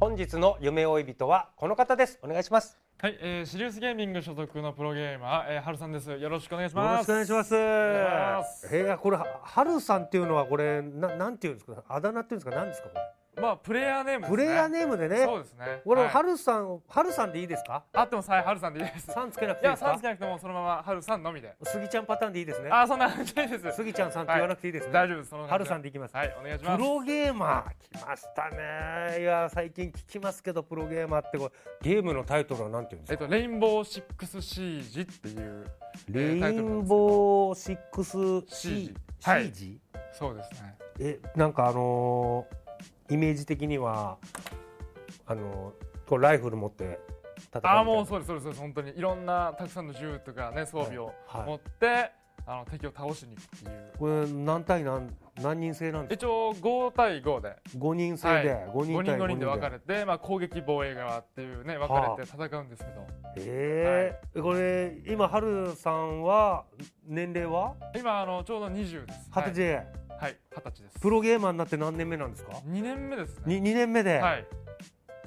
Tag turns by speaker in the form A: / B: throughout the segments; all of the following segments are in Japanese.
A: 本日の夢追い人はこの方ですお願いします
B: はい、えー、シリウスゲーミング所属のプロゲーマー、えー、はるさんです。よろしくお願いし
A: よろ
B: ま
A: し
B: す。
A: くお願いします。
B: 願いします
A: えー、これははるさんっていうのはこれななんていうんですかあだ名っていうんですか何ですかこ
B: まあ、プレイヤーネー
A: れ
B: ムです
A: プ
B: ね。
A: レイヤーネームでね
B: そうですね。
A: 俺は
B: はる、
A: るさんをはるさんでいいですか
B: あってもさえはるさんでいいです。
A: さんつけなく
B: い
A: ていい
B: や、
A: です
B: さん
A: か
B: つけなくても、そのままはるさんのみで。
A: スギちゃんパターンでいいですね
B: あー、そんな感じです。
A: スギちゃんさんって言わなくていいですね
B: 大丈夫です。その
A: はるさんでいきます
B: はい、お願いし
A: プ
B: ます。
A: ロゲーマー来ましたねいや最近聞きますけどプロゲーマーってこれゲームのタイトルはなんていうんで
B: えっ
A: すか、
B: と、レインボーシックスシージっていう、えータ
A: レ
B: イト
A: イ
B: ルなん
A: ン
B: ですけど
A: ボーシックス C
B: はい
A: C 字
B: そうですね。
A: えなんかあのーイメージ的にはあのーこうライフル持って戦うみたいな
B: あー、もうそうです、そうですそうです、本当に。いろんなたくさんの銃とかね、装備を
A: はい
B: 持って、あの、敵を倒しに行くっていう。
A: これ何対何何人制なんです
B: 一応、5対5で。
A: か5人制
B: はい
A: で、五5
B: 5
A: 人
B: 人
A: 対
B: 5
A: 5
B: 人
A: 人
B: で
A: で
B: 分かれて、まあ、攻撃防衛側っていうね分かれて戦うんですけど、
A: えーこれ今はるさんは年齢は
B: 今あのちょうど20です
A: 二十
B: はい
A: 歳、
B: はい二十歳です
A: プロゲーマーになって何年目なんですか
B: 2年目です
A: に
B: ね
A: 2年目で、
B: はい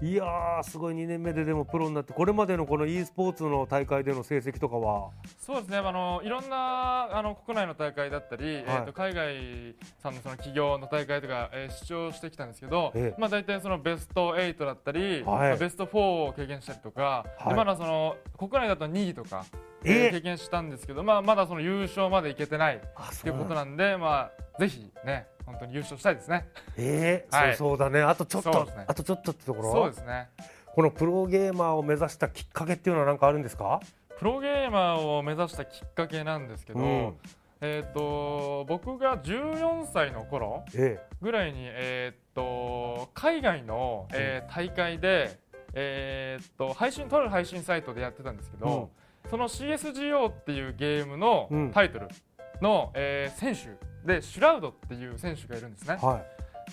A: い、やーすごい2年目ででもプロになってこれまでのこの e スポーツの大会での成績とかは
B: そうですねあのいろんなあの国内の大会だったり、えー、と海外さんのその企業の大会とか、えー出場してきたんですけど、
A: ええ
B: まあ、大体そのベスト8だった
A: は
B: り、
A: い
B: まあベスト4を経験したりとか、で
A: はい
B: まだその国内だと2位とか、
A: え
B: えー経験したんですけど、まあ、まだその優勝までいけてない
A: あ
B: っ
A: そ
B: ていうこと
A: だ
B: なんで、まあ、ぜひね、本当に優勝したいですね。
A: えー
B: はい
A: そうそうだねあとちょっ
B: そ
A: と、
B: うですね
A: あとちょっとってところ
B: そうですね。
A: このプロゲーマーを目指したきっかけっていうのは何かあるんですか、
B: プロゲーマーを目指したきっかけなんですけど、
A: うん
B: えっ、と僕が14歳の頃
A: え
B: ぐらいにえっ、と海外の、えー大会でえっ、と配信とある配信サイトでやってたんですけど、その CSGO っていうゲームの
A: うん
B: タイトルの、えー選手でシュラウドっていう選手がいるんですね
A: え。は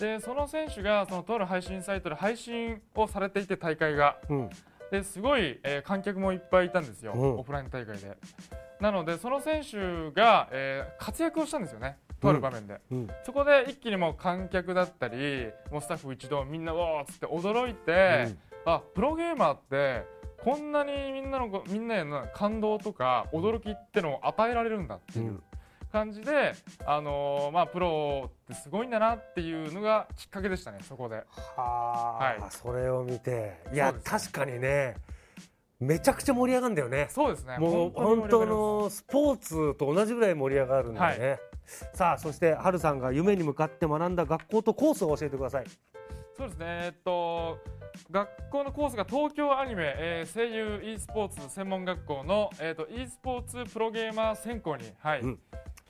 B: でその選手がそのとある配信サイトで配信をされていて大会が
A: い、うん、
B: ですごい、えー観客もいっぱいいたんですよ、
A: うん
B: オフライン大会で。なので、その選手が、えー活躍をしたんですよね、とある場面で。
A: うん、
B: そこで一気にもう観客だったり、もうスタッフ一同、みんな、わーっつって驚いて、あプロゲーマーって、こんなにみんなのこみんなへの感動とか、驚きってのを与えられるんだっていう感じで、あのーまあ、プロってすごいんだなっていうのがきっかけでしたね、そこで。
A: はあ、
B: はい
A: それを見ていや、
B: そうですね
A: 確かにねめちゃくちゃ盛り上がるんだよね
B: そうですね、
A: もう本
B: に盛り上
A: 当
B: がります
A: のスポーツと同じぐらい盛り上がるんだよね、さあそしてはるさんが夢に向かって学んだ学校とコースを教えてください
B: そうですね、えっと、学校のコースが東京アニメ、えー声優 e スポーツ専門学校の、えっと e スポーツプロゲーマー専攻に、はい
A: うん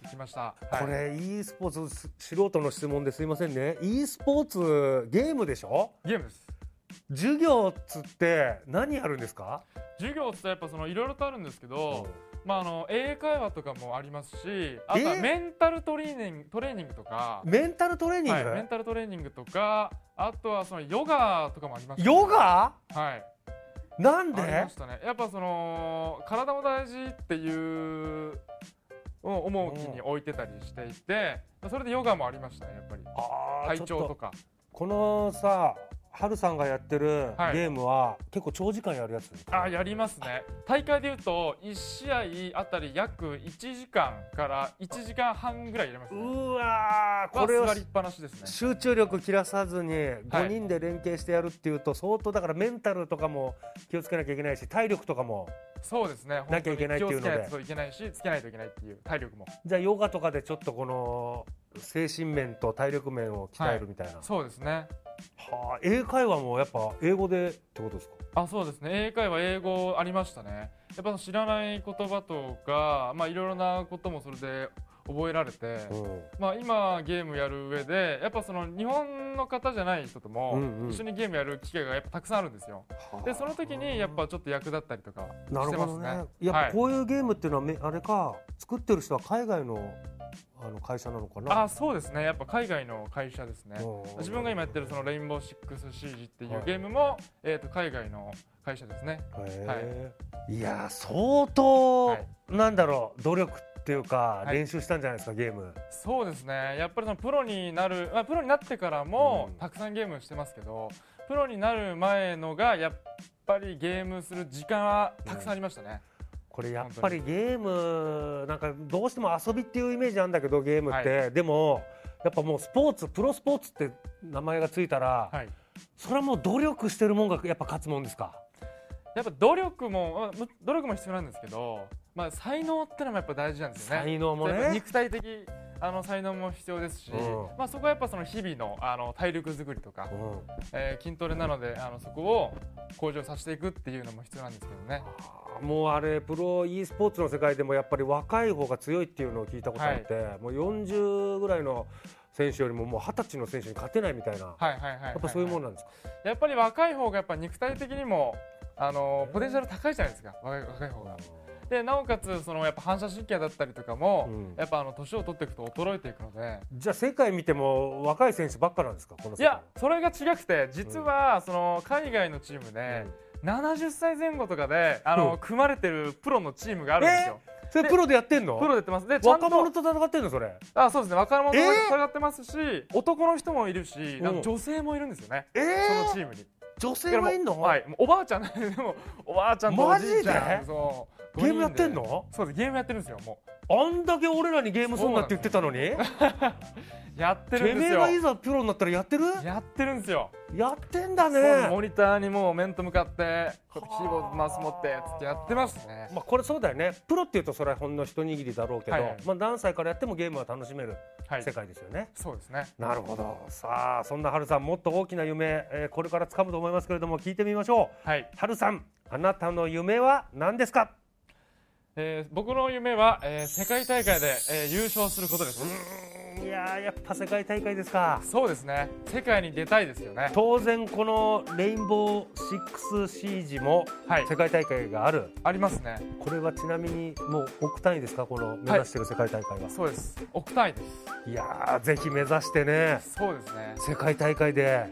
B: 行きました。はい
A: これ e スポーツす素人の質問ですいませんね e スポーツゲームでしょ
B: ゲームです。
A: 授業っつって何やるんですか、
B: 授業ってやっぱそのいろいろとあるんですけど、まああの英会話とかもありますし、あとは
A: え
B: メンタルトレーニングトレーニングとか、
A: メンタルトレーニン
B: はい
A: グ、
B: メンタルトレーニングとか、あとはそのヨガとかもありましたね、
A: ヨガ
B: はい。
A: なん
B: あり
A: で
B: ましたねやっぱその体も大事っていうを思う気に置いてたりしていてそれでヨガもありましたねやっぱり
A: あー
B: 体
A: ちょっ
B: 調と
A: と
B: か
A: このさハルさんがやってる
B: はい
A: ゲームは結構長時間やるやつ
B: あやりますね大会でいうと1試合あたり約1時間から1時間半ぐらいやります
A: う
B: ね
A: わーこ
B: こ
A: れ
B: れ
A: を
B: は座りっぱなしですね
A: 集中力切らさずに5人で連携してやるっていうと相当だからメンタルとかも気をつけなきゃいけないし体力とかも
B: そうですね
A: なきゃいけないっていうので
B: 本当に気をつけないといけないしつけないといけないっていう体力も
A: じゃあヨガとかでちょっとこの精神面と体力面を鍛えるみたいな、は
B: そうですね
A: あ英会話もやっぱ英語でってことですか
B: あそうですね英会話英語ありましたねやっぱ知らない言葉とかまあいろいろなこともそれで覚えられて、まあ、今ゲームやる上でやっぱその日本の方じゃない人とも
A: うんうん
B: 一緒にゲームやる機会がやっぱたくさんあるんですよ、でその時にやっぱちょっと役立ったりとかして
A: な
B: ま
A: る
B: す
A: ほど
B: ね
A: ねやっ
B: は
A: ぱ
B: い
A: こういうゲームっていうのはめあれか作ってる人は海外のあの会社なのかな
B: あそうですねやっぱ海外の会社ですね
A: うん
B: 自分が今やってるそのレインボーシックスシージってい
A: はいう
B: ゲームも、えー、と海外の会社ですね
A: へえいやー相当、
B: はい
A: なんだろう努力っていうか、
B: はい
A: 練習したんじゃないですかゲーム
B: そうですねやっぱりそのプロになる、まあ、プロになってからも
A: うん
B: たくさんゲームしてますけどプロになる前のがやっぱりゲームする時間はたくさんありましたね、
A: これやっぱりゲームなんかどうしても遊びっていうイメージあるんだけどゲームって、でもやっぱもうスポーツプロスポーツって名前がついたら、
B: はい
A: それはもう努力してるもんがやっぱ勝つもんですか
B: やっぱ努力もまあ努力も必要なんですけど、まあ、才能ってのもやっぱ大事なんですよね
A: 才能も
B: やっぱ
A: ね
B: 肉体的あの才能も必要ですし、
A: うん
B: まあ、そこはやっぱその日々のあの体力作りとか、
A: うん
B: えー筋トレなのであのそこを向上させていくっていうのも必要なんですけどね
A: もうあれプロ e スポーツの世界でもやっぱり若い方が強いっていうのを聞いたことあって、もう40ぐらいの選手よりももう二十歳の選手に勝てないみたいな、
B: はいはいはいはい、はい、
A: やっぱそういうもんなんですか、
B: やっぱり若い方がやっぱ肉体的にもあのポテンシャル高いじゃないですか若い若い方が。でなおかつそのやっぱ反射神経だったりとかも、
A: うん
B: やっぱあの年を取っていくと衰えていくので
A: じゃあ世界見ても若い選手ばっかなんですかこの
B: い
A: 世界
B: やそれが違くて実はその海外のチームで70歳前後とかであ
A: う
B: の
A: ん
B: 組まれてるプロのチームがあるんですよ。
A: それプロでやってんの
B: プロでやってますでちゃん
A: 若
B: と
A: 者と戦ってんのそれ
B: あそうですね若者も
A: えー
B: 戦ってますし、男の人もいるし、あ
A: うん
B: の女性もいるんですよね、
A: え
B: そのチームに。
A: 女性もいんの、
B: はい、もうおばあちゃんでもおばあちゃんとおじいち
A: マジ
B: ゃ
A: で
B: んそう
A: ゲームやってん
B: 五人で
A: の
B: そうですゲームやってるんですよも
A: あんだけ俺らにゲームするなって言ってたのに
B: うやってる
A: て
B: ん
A: め
B: です
A: え
B: よ
A: がいざプロになったらやってる
B: やってるんですよ、
A: やってんだ
B: そう
A: ね
B: モニターにもう面と向かってこうやってキーボードマウス持ってつってやってますね
A: まあこれそうだよねプロっていうとそれはほんの一握りだろうけど、
B: はいはい
A: まあ、何歳からやってもゲームは楽しめる
B: はい
A: 世界ですよね、
B: そうですね
A: なるほどさあそんな春さんもっと大きな夢、えーこれから掴むと思いますけれども聞いてみましょう
B: はい、
A: 春さんあなたの夢は何ですか
B: えー僕の夢は、えー世界大会で、えー優勝することです
A: いやーやっぱ世界大会ですか
B: そうですね世界に出たいですよね
A: 当然このレインボー6シージも
B: はい
A: 世界大会がある、
B: ありますね
A: これはちなみにもう億単位ですかこの目指してる世界大会は、
B: そうです億単位で
A: い、やーぜひ目指してね
B: すそうですね
A: 世界大会で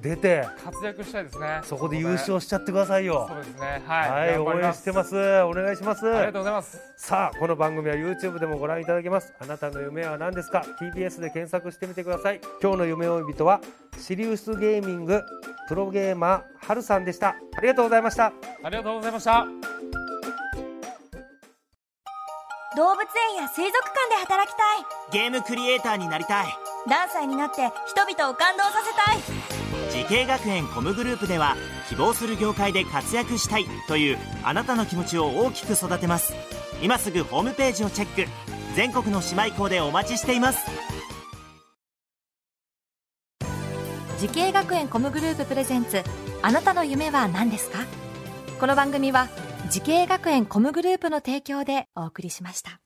A: 出て
B: 活躍したいですね
A: そこで優勝しちゃってくださいよ
B: そうですねはい、
A: はい
B: 頑張
A: 応
B: り
A: 援してますお願いします
B: ありがとうございます
A: さあこの番組は YouTube でもご覧いただけますあなたの夢は何ですか TBS で検索してみてください今日の夢追い人はシリウスゲーミングプロゲーマーはるさんでしたありがとうございました
B: ありがとうございました
C: 動物園や水族館で働きたい
D: ゲームクリエイターになりたい
C: 何歳になって人々を感動させたい
D: 時系学園コムグループでは希望する業界で活躍したいというあなたの気持ちを大きく育てます今すぐホームページをチェック全国の姉妹校でお待ちしています
E: 時系学園コムグループプレゼンツあなたの夢は何ですかこの番組は時系学園コムグループの提供でお送りしました